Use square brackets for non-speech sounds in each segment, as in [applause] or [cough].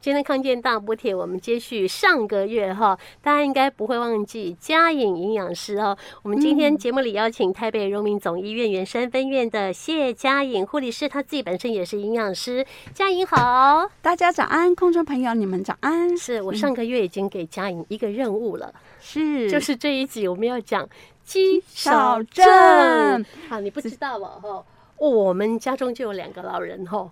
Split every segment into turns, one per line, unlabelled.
今天康健大补帖，我们接续上个月哈，大家应该不会忘记嘉颖营养师哦。我们今天节目里邀请台北荣民总医院圆山分院的谢嘉颖护理师，她自己本身也是营养师。嘉颖好，
大家早安，空中朋友你们早安。
是我上个月已经给嘉颖一个任务了，
是
就是这一集我们要讲肌少症
肌少症。
好，你不知道哦，哈、哦，我们家中就有两个老人哦，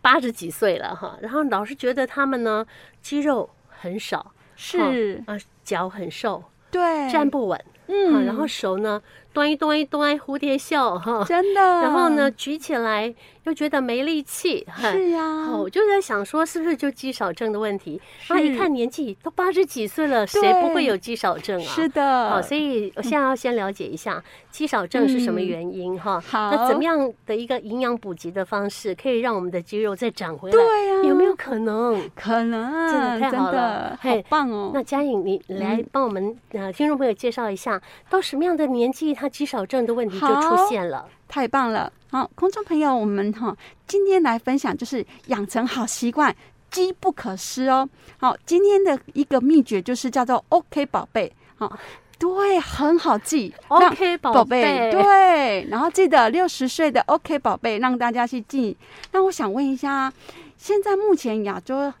八十几岁了哈，然后老是觉得他们呢肌肉很少，
是，
啊、脚很瘦，
对，
站不稳，哈
嗯
然后手呢端一端一端蝴蝶袖哈，
真的，
然后呢举起来又觉得没力气，哈
啊是啊呀、
哦，我就在想说，是不是就肌少症的问题？他一
是
看年纪都八十几岁了，谁不会有肌少症啊？
是的，
哦，所以我现在要先了解一下肌少症是什么原因哈。
嗯好
那怎么样的一个营养补给的方式可以让我们的肌肉再长回来？
对啊呀
有没有可能？
可能
真的太好了
真的
嘿
好棒哦。
那佳颖，你来
嗯
帮我们、呃听众朋友介绍一下，到什么样的年纪，他肌少症的问题就出
好
现了？
太棒了！好，空中朋友，我们哈、今天来分享就是养成好习惯，机不可失哦。好，今天的一个秘诀就是叫做 OK 宝贝，好、对，很好记让
OK，宝
宝
贝
贝，对，然后记得六十岁的 OK 宝贝，让大家去记。那我想问一下，现在目前亚洲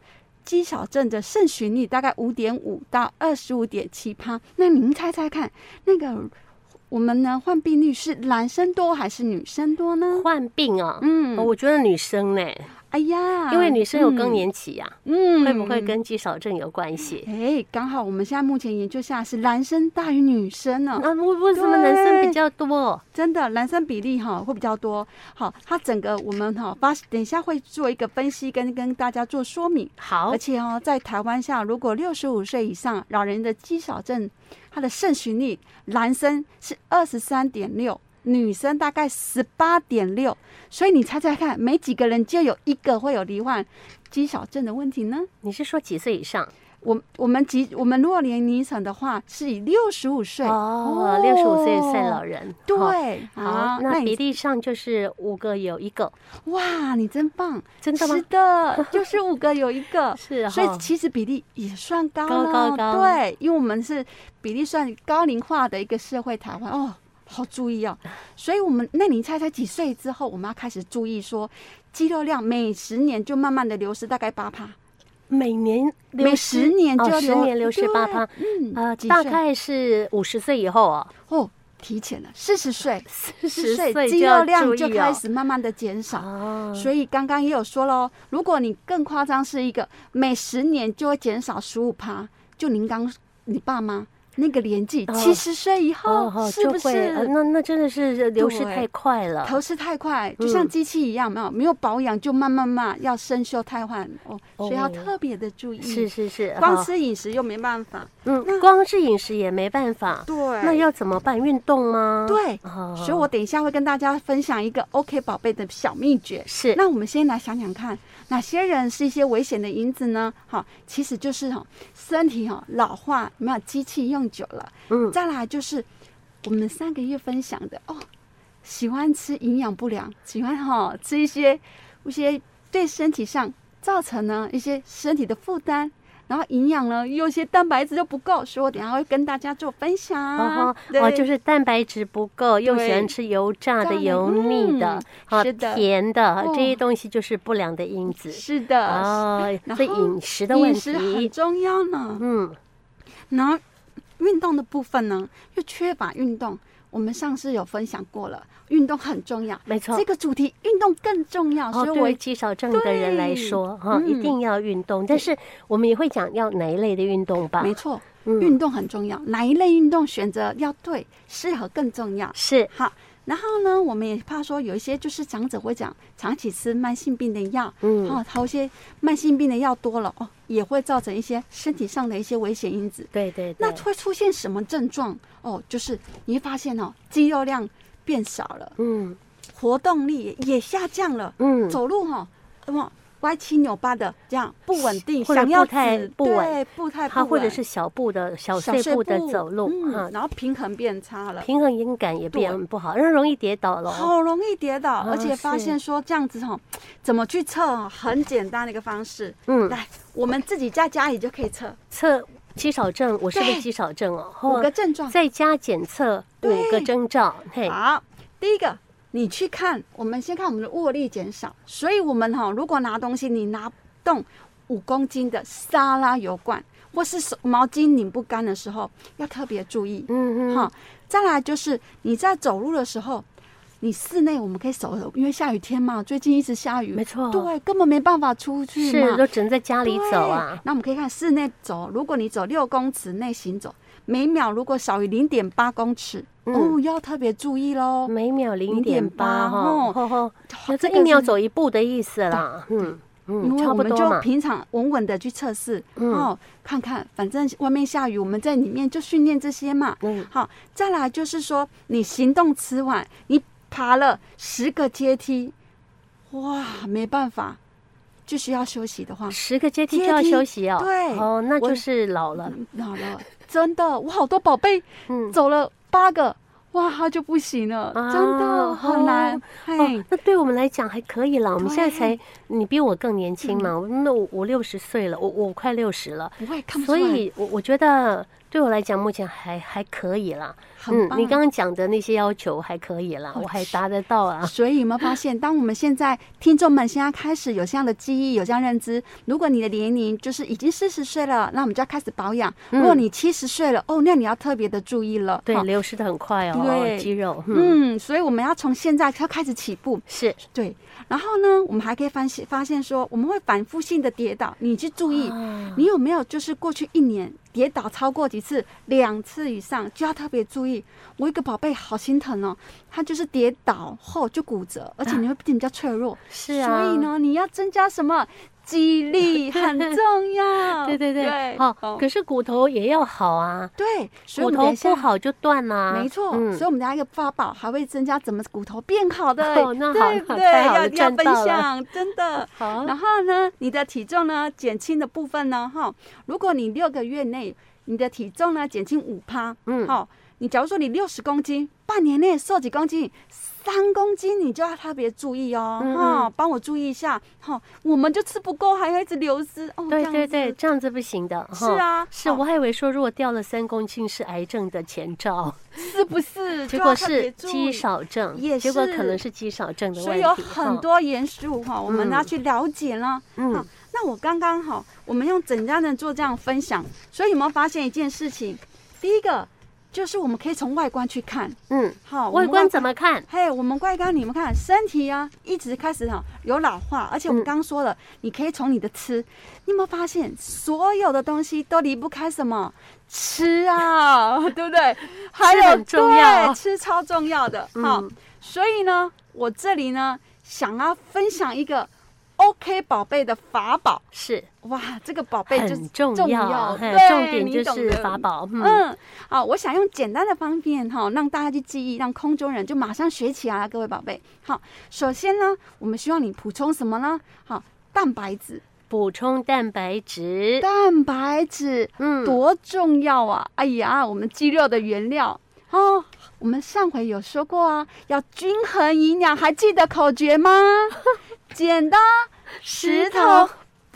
肌少症的盛行率大概五点五到二十五点七趴，那您猜猜看，那个我们呢患病率是男生多还是女生多呢？
患病啊、哦
嗯，
我觉得女生呢、
哎呀，
因为女生有更年期呀、
嗯，嗯
会不会？跟肌少症有关系？
哎，刚好我们现在目前研究下来是男生大于女生哦呢、
那为为什么男生比较多？
真的，男生比例哈会比较多。好，它整个我们哈发，等一下会做一个分析跟跟大家做说明。
好
而，且哦，在台湾下，如果六十五岁以上老人的肌少症，它的盛行率，男生是二十三点六，女生大概十八点六。所以你猜猜看，每几个人就有一个会有罹患肌少症的问题呢？
你是说几岁以上？
我我们几我们若年龄层的话，是以六十五岁
哦，六十五岁算老
人。
人。好，
哦对，
好，那
你
比例上就是五个有一个，
哇，你真棒！
真的
是
吗？，
的，就是五个有一个
是
所
哈
以其实比例也算高
高
了。
高高
对，因为我们是比例算高龄化的一个社会，台湾哦，好注意哦。所以我们，那你猜猜几岁之后我们要开始注意说，肌肉量每十年就慢慢的流失大概八趴，
每年
每
流
十
失
年就
哦，
流
十年流失八趴，，
对嗯，
呃，
几
大
岁
概是五十岁以后哦，
哦，提前了四十岁，
四
四
十
十
岁
岁肌
就要
肉量
注
就
意
开
哦
始慢慢的减少。
哦，
所以刚刚也有说喽，如果你更夸张是一个每十年就会减少十五趴，就您刚你爸妈那个年纪
哦
七十岁以
哦
后，
哦，
是
就
不
会呃
是？
那那真的是流失
对
太快了，
投资太快，就像
嗯
机器一样，没有没有保养就慢慢慢要生锈汰换哦，所以要
哦
特别的注意。
是，哦是是，
嗯光
哈
吃饮食又没办法。
嗯，
那
光是饮食也没办法，
对，
那要怎么办？运动吗？，
对，
哦、
所以我等一下会跟大家分享一个 OK 宝贝的小秘诀。
是
那我们先来想想看，哪些人是一些危险的因子呢？哈，其实就是哈，身体哈老化，有没有机器用久了？
嗯
再来就是我们上个月分享的哦，喜欢吃营养不良，喜欢哈吃一些一些对身体上造成呢一些身体的负担。然后营养呢，有些蛋白质又不够，所以我等一下会跟大家做分享。
哦吼，
对
哦，就是蛋白质不够，又喜欢
对
吃油炸
炸
的、
的
油腻的
嗯、
啊
是的
甜的
哦
这些东西，就是不良的因子。
是的，
哦，
然
所以
后
饮食的问
饮食很
题，
重要呢。
嗯，
然后运动的部分呢，又缺乏运动。我们上次有分享过了，运动很重要。
没错
这。个主题运动更重要，
哦
啊所，以我
对于肌少症的人来说，哈、
嗯
一定要运动。但是我们也会讲要哪一类的运动吧？
没错，
嗯，
运动很重要。哪一类运动选择要对，适合更重要。
是
好，然后呢，我们也怕说有一些就是长者会讲，长期吃慢性病的药，
嗯
哦，头一些慢性病的药多了哦，也会造成一些身体上的一些危险因子。
对对对
那。会出现什么症状？哦，就是你会发现哦，肌肉量变少了，
嗯
活动力也也下降了，
嗯，
走路哈、哦，哇，歪七扭八的，这样不稳定，
或者
想要
步态
止
不稳
对，步态不
它
稳，
或者是小步的小
小
碎
碎
步的走路
嗯
啊，
然后平衡变差了。
平衡感也
对
变不好，让容易跌倒了。
好容易跌倒，
啊
而且发现说这样子哈，怎么去测哦？很简单的一个方式，
嗯，
来，我们自己在家里就可以测
测肌少症，我是不是
对
肌少症哦？
五个
或
症状。
在家检测
对
五个征兆，嘿，
好，第一个，你去看，我们先看我们的握力减少，所以我们哈，如果拿东西，你拿不动五公斤的沙拉油罐或是手毛巾拧不干的时候，要特别注意。
嗯
好、
哼，
再来就是你在走路的时候，你室内我们可以走走，因为下雨天嘛，最近一直下雨，
没错
对，根本没办法出去嘛，
是都只能在家里走啊
对。那我们可以看室内走，如果你走六公尺内行走，每秒如果少于零点八公尺，
嗯
哦，要特别注意喽。
每秒零点八
0.8
哈，
哦
吼吼，那这
个
一秒
是
走一步的意思啦，嗯嗯，
因为
差
我
不
们
多
就
嘛，
平常稳稳的去测试，
嗯
哦，看看，反正外面下雨，我们在里面就训练这些嘛。
嗯，
好，再来就是说，你行动迟缓，你爬了十个阶梯，哇，没办法，就需要休息的话，
十个阶梯就
阶
要
梯
休息哦，
对
哦，那
我
就是老了，
老嗯了，真的，我好多宝贝
嗯，
走了八个，哇，他就不行了，
啊
真的
哦
好难。嘿
哦，，那对我们来讲还可以啦。我们现在才
对，嗯
你比我更年轻嘛，那我我六十岁了，我我快六十了，
不会看不
所
出来，
以我我觉得对我来讲目前还还可以啦。嗯
很棒。哦
你刚刚讲的那些要求还可以啦，
好
我还达得到啊。
所以有没有发现，当我们现在听众们现在开始有这样的记忆、有这样认知，如果你的年龄就是已经四十岁了，那我们就要开始保养；如果你七十岁了，哦，那你要特别的注意了。
嗯对，
哈
流失的很快哦，
对
肌肉，嗯，
嗯，所以我们要从现在就开始起步。
是
对，然后呢，我们还可以发现发现说，我们会反复性的跌倒，你去注意，
啊
你有没有就是过去一年跌倒超过几次，两次以上就要特别注意。我一个宝贝好心疼哦，他就是跌倒后就骨折，而且你会变得比较脆弱，
啊是啊。
所以，呢，你要增加什么肌力很重
[laughs]
要。
对对对，
对，嗯
好，可是骨头也要好啊，
对，所以我
骨
们等
头
一下
不。好就断啦。
没错，
嗯
所以我们等一下一个法宝还会增加怎么骨头变好的，
哦那好
对不对？
太好了
要要
赚
分
到了
享，真的。
好，
然后呢，你的体重呢减轻的部分呢，哈，如果你六个月内你的体重呢减轻五趴，
嗯
好，你假如说你六十公斤，半年内瘦几公斤，三公斤你就要特别注意哦，
嗯
哈，帮我注意一下，哈，我们就吃不够，还要一直流失，哦，
对
这样
对对，
子，
这样子不行的。
是
哈
啊，
是
好
我还以为说，如果掉了三公斤是癌症的前兆，
是不是？
结
就
果
要特别
是
注
肌
意
少症，
也
结果可能
是
是肌少症的问
所
题。
以有很
哈，
多元素哈，我们
嗯
要去了解了。
嗯
好，那我刚刚好，我们用怎样的做这样分享？所以有没有发现一件事情？第一个就是我们可以从外观去看，
嗯，
好，
外观怎
么？
么看？
嘿，我们外观你们看身体啊，一直开始哈有老化，而且我们
嗯
刚刚说了，你可以从你的吃，你有没有发现所有的东西都离不开什么吃啊， [laughs] 对不对？还有
很重要
对吃超重要的哈、
嗯
所以呢，我这里呢想要分享一个 OK 宝贝的法宝。
是
哇，这个宝贝就是
很重要，嘿
对
重点
你
就
懂
是
得
法宝。嗯，
嗯，好，我想用简单的方面哈、让大家去记忆，让空中人就马上学起来了，各位宝贝。好，首先呢，我们希望你补充什么呢？好，蛋白质，
补充蛋白质，
蛋白质
嗯，
多重要啊！哎呀，我们肌肉的原料哦。我们上回有说过啊，要均衡营养，还记得口
[laughs]
诀吗？剪刀石头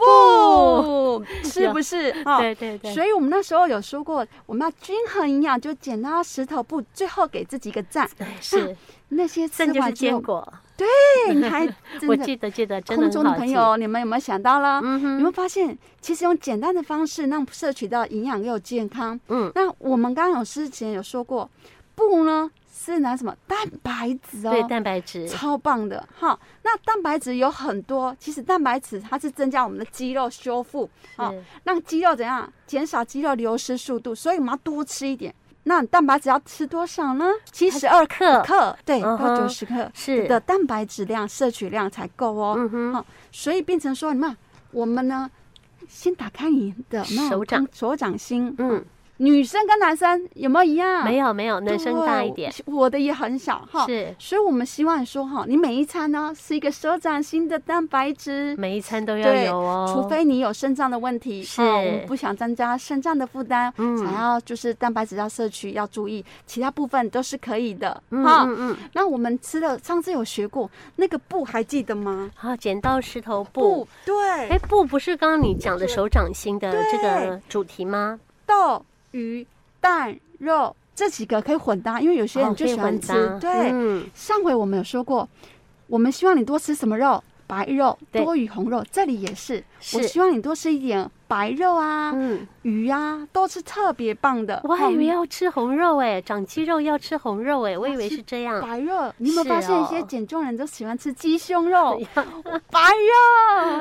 布，是不是？哦
对对对，
所以我们那时候有说过，我们要均衡营养，就剪刀石头布，最后给自己一个赞。
哎
[laughs]
是，
那些吃
这就是
完之
坚
后，
果。
对，你还真
我
的
记得记得，真的
空中
很
的
好
朋
记。
友，你们有没有想到了？
嗯
你
哼，
会发现，其实用简单的方式让摄取到营养又健康。
嗯，
那我们刚刚有之前有说过，布呢是拿什么蛋白质哦，
对蛋白质，
超棒的哈。那蛋白质有很多，其实蛋白质它是增加我们的肌肉修复，好
是
让肌肉怎样减少肌肉流失速度，所以我们要多吃一点。那蛋白质要吃多少呢？七十二
克
克，对，
嗯
到
哼
九十克
是
的蛋白质量摄取量才够哦。
嗯哼，
好，所以变成说，你看我们呢，先打开你的那
手掌
手掌心，
嗯，
女生跟男生有没有一样？
没有没有，男生大一点，
对，我的也很小哈。
是
所以我们希望说哈，你每一餐呢是一个手掌心的蛋白质，
每一餐都要
对
有哦，
除非你有肾脏的问题，
是
哦我们不想增加肾脏的负担，
嗯
想要就是蛋白质要摄取要注意，其他部分都是可以的
嗯
哈。
嗯嗯，
那我们吃的上次有学过那个布，还记得吗？
好，剪刀石头布。
对
哎，，布不是刚刚你讲的手掌心的
对
这个主题吗？
豆、鱼、蛋、肉这几个可以混搭，因为有些人
哦
就
可以
喜欢
混
吃。
搭
对，
嗯，
上回我们有说过，我们希望你多吃什么肉？白肉
对
多于红肉，这里也是。我
是，
希望你多吃一点白肉啊、
嗯，
鱼啊，都是特别棒的。
我还以
嗯
为要吃红肉哎，长肌肉要吃红肉哎，我以为是这样。
白肉，你有没
是
有发现一
哦
些减重人都喜欢吃鸡胸肉、白
哦
肉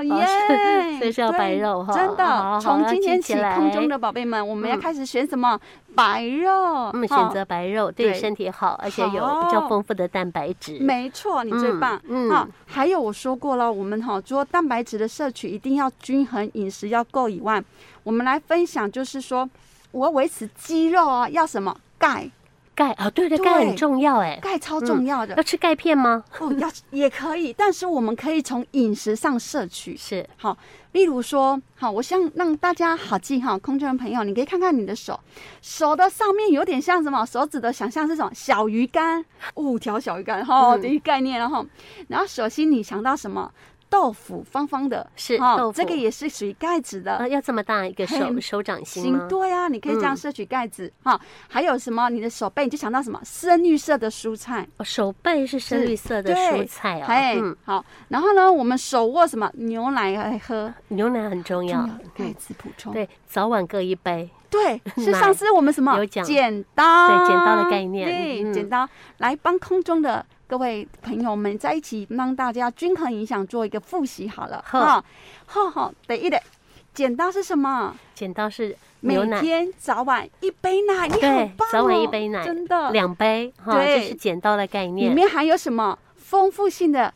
是
耶？
所以是要白
对
肉哈
真
好
的，从
要
今
记
天
起
起，空
来
中的宝贝们，我们要
嗯
开始选什么白肉？
嗯，选
哈
择白肉对
对
身体好，而且有比较
好
丰富的蛋白质。
没错，你最
嗯
棒。
嗯
啊，还有我说过了，我们哈、除了蛋白质的摄取一定要均衡，饮食要够以外，我们来分享就是说，我要维持肌肉啊，要什么钙？
钙啊，对对，钙很
对
重要哎，
钙超重要的、
要吃钙片吗？
哦，要也可以，但是我们可以从饮食上摄取。
是，
好，例如说，好，我想让大家好记哈，空中的朋友，你可以看看你的手，手的上面有点像什么？手指的想象是什么？小鱼干，五条小鱼干哈
嗯
的概念，然后，然后手心你想到什么？豆腐方方的，
是
哈
豆腐
这个也是属于钙质的。
啊，要这么大一个手
嘿
手掌心
行，
吗？
对啊，你可以这样
嗯
摄取钙质哈、还有什么？你的手背你就想到什么？深绿色的蔬菜，
哦手背是深
是
绿色的
对
蔬菜哦，
哎、
嗯，
好。然后呢，我们手握什么？牛奶来喝，
牛奶很重
重
要嗯
要，钙质补充。
对，早晚各一杯，
对，是
奶
上次我们什么
有讲
剪刀，
对剪刀的概念
对，
嗯
剪刀来帮空中的各位朋友们在一起，让大家均衡影响做一个复习好了
好
哈，好好得一得。剪刀是什么？
剪刀是
每
牛奶，
天早晚一杯奶，你好
对
棒、哦、
早晚一杯奶
真的。
两杯哈，这
对
是剪刀的概
里
念，
面含有什么丰富性的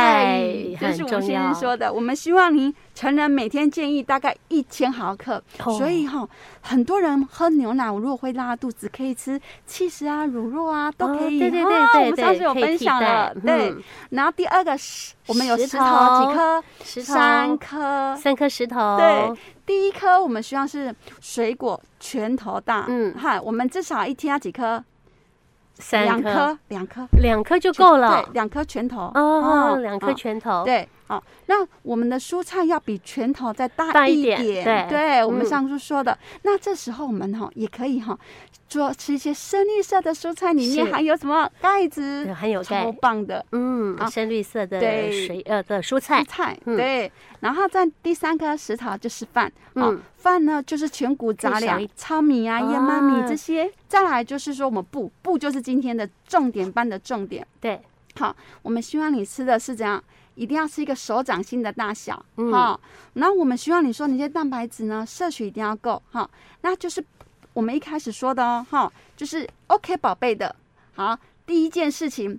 钙
这是我
很
们
重
先
要
生说的。我们希望您成人每天建议大概一千毫克，
哦
所以哈、很多人喝牛奶如果会拉肚子，可以吃起司啊、乳酪啊，都可以。
哦对对
哦
对
我们
对
上次有
对，可以
分
替
享
代
了，，对。
嗯
然后第二个是，我们有
石
石头
头
几颗，
石头
三颗。
三颗石头，
对，第一颗我们希望是水果拳头大，
嗯
哈，我们至少一天要几颗？
三
两
颗，
颗，两颗。
两颗就够了
对，，两颗拳头。
哦，两颗
哦
拳头，
对，好、那我们的蔬菜要比拳头再
大
大
一
一
点对
我们
嗯
上述说的。那这时候我们哈、也可以哈、做吃一些深绿色的蔬菜，里面
是
含有什么钙
对，
质，
很有
超
钙，
棒的
嗯，
啊
深绿色的
对
水呃的蔬
蔬
菜，
菜。
嗯
对，然后在第三颗食槽就是饭，好、
嗯
饭呢就是全谷杂
可以少一
粮、糙米啊、燕麦米
啊
这些。再来就是说我们布布就是今天的重点班的重点。
对，
好，我们希望你吃的是怎样？一定要吃一个手掌心的大小，哈、
嗯
然后我们希望你说你这些蛋白质呢，摄取一定要够，哈、那就是我们一开始说的哦，哈、就是 OK 宝贝的。好，第一件事情，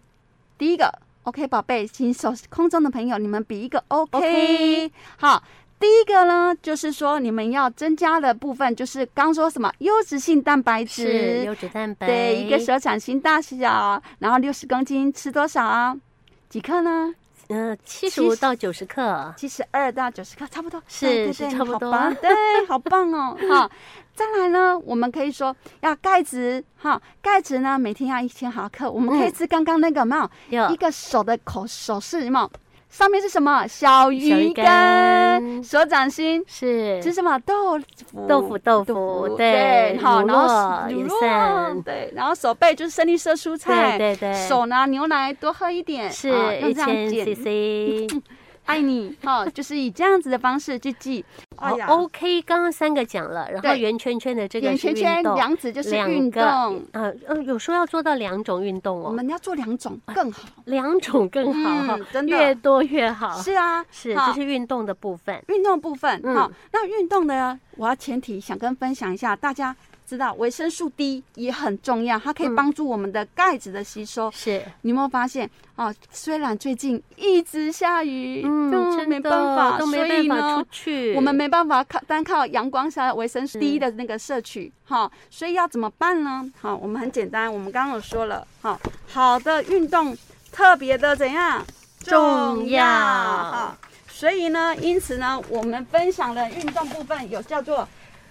第一个 OK 宝贝，请手空中的朋友，你们比一个 OK。
OK
好，第一个呢，就是说你们要增加的部分，就是刚说什么优质性蛋白
是
质，
优质蛋白，
对，一个手掌心大小，然后六十公斤吃多少啊？几克呢？
嗯，七十五到九十克，
七十二到九十克，差不多。
是
对对
是
对
差不多
好棒对，好棒
[laughs]
哦，哈。再来呢，我们可以说要钙质，哈，钙质呢每天要一千毫克，我们可以
嗯
吃刚刚那个有没有？
要
一个手的口手势有没有？上面是什么？小
小鱼
鱼
干
干，手掌心。
是
吃什么豆腐？
豆腐豆腐对
对，好，
乳
然后
酪
乳
也
酪
算，
对，然后手背就是深绿色蔬菜，
对对对
手呢牛奶多喝一点，
是
啊用
一
这样
千
减，
CC。
爱
[laughs]
你，哈，就是以这样子的方式去记。
好，OK，刚刚三个讲了，然后
哎对
圆圈圈的哎这个
眼
是
圈
运
圈
动，
两指就是
两
运
个
动，
啊，呃，有说要做到两种运动
我
哦，
们要做两种更好。
两种更好
嗯
哈，
真的
越多越好。
是啊，
是，
好
这是运动的部分。
运动部分，
嗯
好、那运动呢，我要前提想跟分享一下，大家知道维生素 D 也很重要，它可
嗯
以帮助我们的钙质的吸收。
是，
你有没有发现哦？虽然最近一直下雨，
嗯，
都
真
没
的
办法，
都没
所
办
以
法
呢
出，去，
我们没办法靠单靠阳光下的维生素 D 的那个摄取，哈、所以要怎么办呢？好，我们很简单，我们刚刚有说了，哈、好的运动特别的怎样
重要
哈所以呢，因此呢，我们分享了运动部分有叫做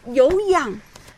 有氧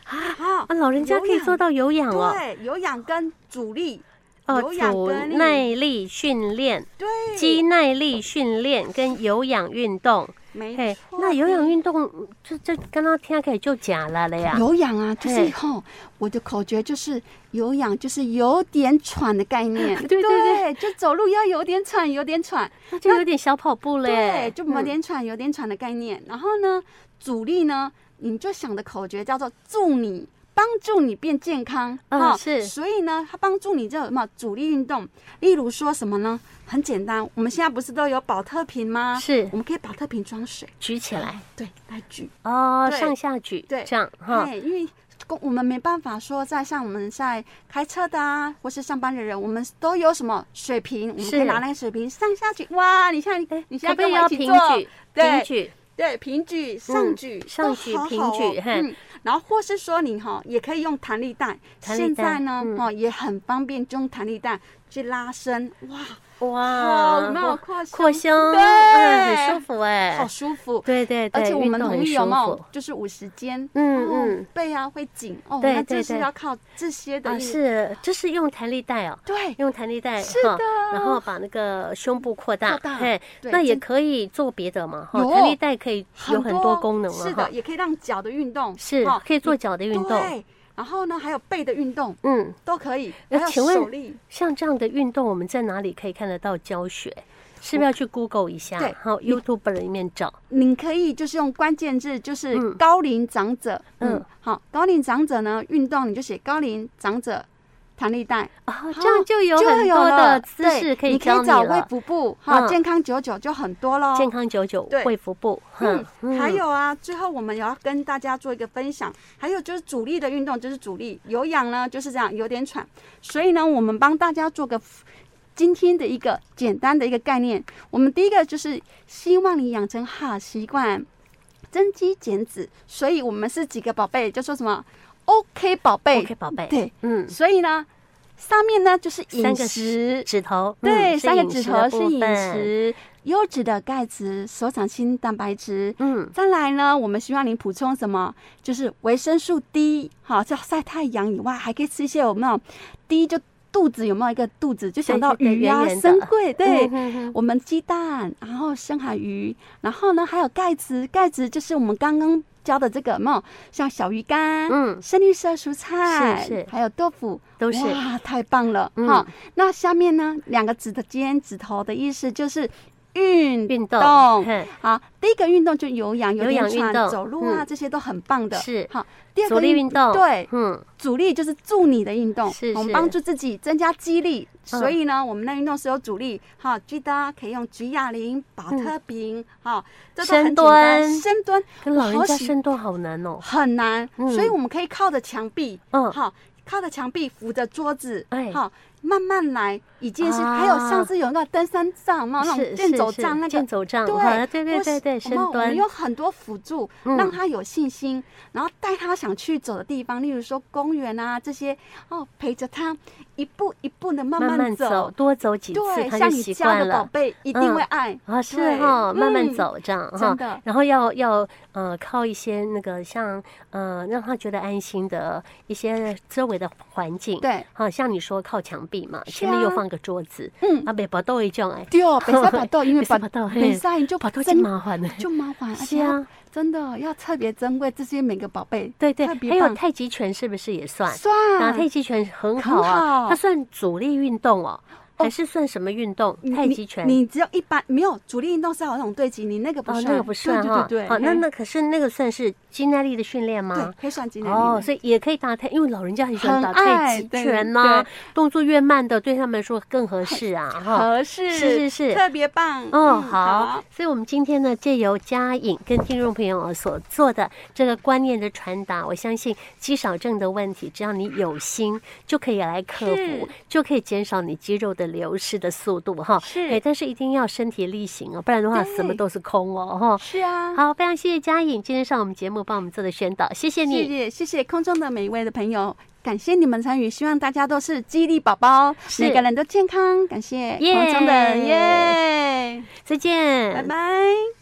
啊
啊
啊，老人家可以做到有氧哦，
对，有氧跟阻力，
哦，
有氧
主
跟力
耐力训练、
对，
肌耐力训练跟有氧运动，
没
嘿
错，，
那有氧
对
运动，这这刚刚听起来就假了了呀，
有氧啊，就是
嘿。
吼，我的口诀就是有氧，就是有点喘的概念
[laughs] 对对对
就走路要有点喘，有点喘，
那就有点小跑步嘞，
对，就有
嗯
点喘，有点喘的概念。然后呢，阻力呢，你就想的口诀叫做助你。帮助你变健康，
嗯
哈
是
所以呢，它帮助你这有没有阻力运动？例如说什么呢？很简单，我们现在不是都有保特瓶吗？
是
我们可以保特瓶装水，
举起来
对，来举，
哦，
对
上下举，
对
这样哈，
对，因为公我们没办法说在像我们在开车的啊，或是上班的人，我们都有什么水瓶，我们可以
是
拿那个水瓶上下举。哇，你现在、
哎
你现
嗯可
在
不可以
跟我
要
一起
平
做，
举，平
对
举，
对，平举、上举、
上
都
举
好
平
好哦
举嘿
嗯，然后或是说你哈、也可以用弹力带，
弹力
现
带
在呢、
嗯
哦也很方便，就用弹力带去拉伸，哇，
哇，
有没有
哇
扩
啊扩
胸
胸，
对
嗯，很舒服哎
好，舒服。
对对对，
而且我们
运动
同
很
意哦有
舒
没有
服，
就是五十肩，
嗯
哦
嗯，
背啊会紧哦，
对
那
对
这是
对
要靠这些的
啊，
运
是，这是用弹力带哦。
对，
用弹力带
是
哈
的
然后把那个胸部扩大
扩，大
嘿，
对
那也
真
可以做别的嘛，哈，
有
弹力带可以有很多功能
是
了哈
的，，也可以让脚的运动
是
哦
可以做脚的运动，
对，然后呢，还有背的运动
嗯，
都可以，
那
还有
请问
手力。
像这样的运动，我们在哪里可以看得到教学？是不是要去 Google 一下，
对
然后 YouTube 里面找？
你可以就是用关键字，就是
嗯
高龄长者，
嗯
嗯，好，高龄长者呢，运动你就写高龄长者弹力带，
啊，
好
这样就有
哦就
很多
了
的姿
对
势可
你
以
可
教
以找卫
了。
福部，哈，
嗯
健康九九就很多喽。
健康九九
对
惠服部，
嗯
哼，
还有啊，最后我们也要跟大家做一个分享，还有就是主力的运动就是主力，有氧呢就是这样，有点喘，所以呢，我们帮大家做个 f- 今天的一个简单的一个概念。我们第一个就是希望你养成好习惯，增肌减脂，所以我们是几个宝贝，就说什么 OK 宝贝
OK 宝贝，
对，
嗯，
所以呢，上面呢就是
三
饮
个
食，
指头，嗯
对，
是
三个
饮
指
食的
头是
部
饮
分，
食，优质的钙质、手掌心蛋白质。
嗯，
再来呢，我们希望你补充什么？就是维生素 D，好，在晒太阳以外，还可以吃一些有没有 D 就肚子有没有一个肚子就想到
对对对
鱼啊、
圆圆的
生桂，对
嗯，哼哼
我们鸡蛋，然后深海鱼，然后呢还有钙质，钙质就是我们刚刚教的这个，有没有像小鱼干，
嗯
深绿色蔬菜，
是是
还有豆腐，
都是
哇，太棒了
嗯
哈、那下面呢，两个指的尖指头的意思就是运
运动，嘿
好，第一个运动就有氧，有
有
点
氧运
喘
动，
走路啊、
嗯
这些都很棒的。
是
好，第二个
阻力运动，
对，
嗯，
阻力就是助你的运动，
是
我们
是
帮助自己增加肌力。
嗯
所以呢，我们的运动是有阻力，好，记得可以用举哑铃、保
嗯
特瓶，好，这都
深
很简单。
蹲
深蹲
跟老人
好
家
喜
深蹲好难哦，
很难，
嗯
所以我们可以靠着墙壁，
嗯，
好，靠着墙壁扶着桌子，
哎
好，慢慢来，一件事。
啊
还有上次有那个登山杖嘛，
是
那种
是
健走
是
杖那个
健。走杖，
对
哈对对
或
对
是
对，
我们
深
我们
蹲，
有很多辅助，
嗯
让他有信心，然后带他想去走的地方，例如说公园啊这些，哦，陪着他一步一步的慢
慢走，多走几次
对，
他
像
就
你
习
家
惯
的宝
了。
贝一定会爱，
啊，是
对
哈，慢慢
嗯
走这样哈
真，的
然后要要呃靠一些那个像呃让他觉得安心的一些周围的环境，，
对，
好像你说靠墙壁嘛，
是
前面又
啊
放个桌子，
嗯，
啊，北宝都会这样哎，
对，
[laughs]
北塞把豆，因为
北塞
把
巴豆嘿
北塞就
跑多真
真
麻烦呢。
就麻烦，而
[laughs] 是
且要
啊，
真的要特别珍贵这些每个宝贝，
对对，
特别
还有
棒
太啊极拳是不是也算？打
算
太极拳很好
很
啊，
好
它算主力运动哦。还是算什么运动？太极拳。
你只有一般没有主力运动是好那种对击，你那个不
哦，
算，
那个不算哈。
对对对对，
好，那
嘿
那可是那个算是肌耐力的训练
对
吗？
可以算进来
哦，所以也可以打太，因为老人家很喜欢
很
打
爱
太极
对
拳呐、
对
动作越慢的对他们来说更合适啊，哈。
合适，
是是是
特别棒。
哦，
嗯
好，，所以我们今天呢，借由嘉颖跟听众朋友哦所做的这个观念的传达，我相信肌少症的问题，只要你有心，就可以来克服
是，
就可以减少你肌肉的流失的速度哈。
是
对，但是一定要身体力行哦，不然的话什么
对
都是空哦哈。
是啊，
好，非常谢谢嘉颖今天上我们节目帮我们做的宣导，谢谢
谢
你。
谢谢谢空中的每一位的朋友，感谢你们参与，希望大家都是激励宝宝，
是
每个人都健康，感谢
耶
空中的耶，
再见，嗯
拜拜。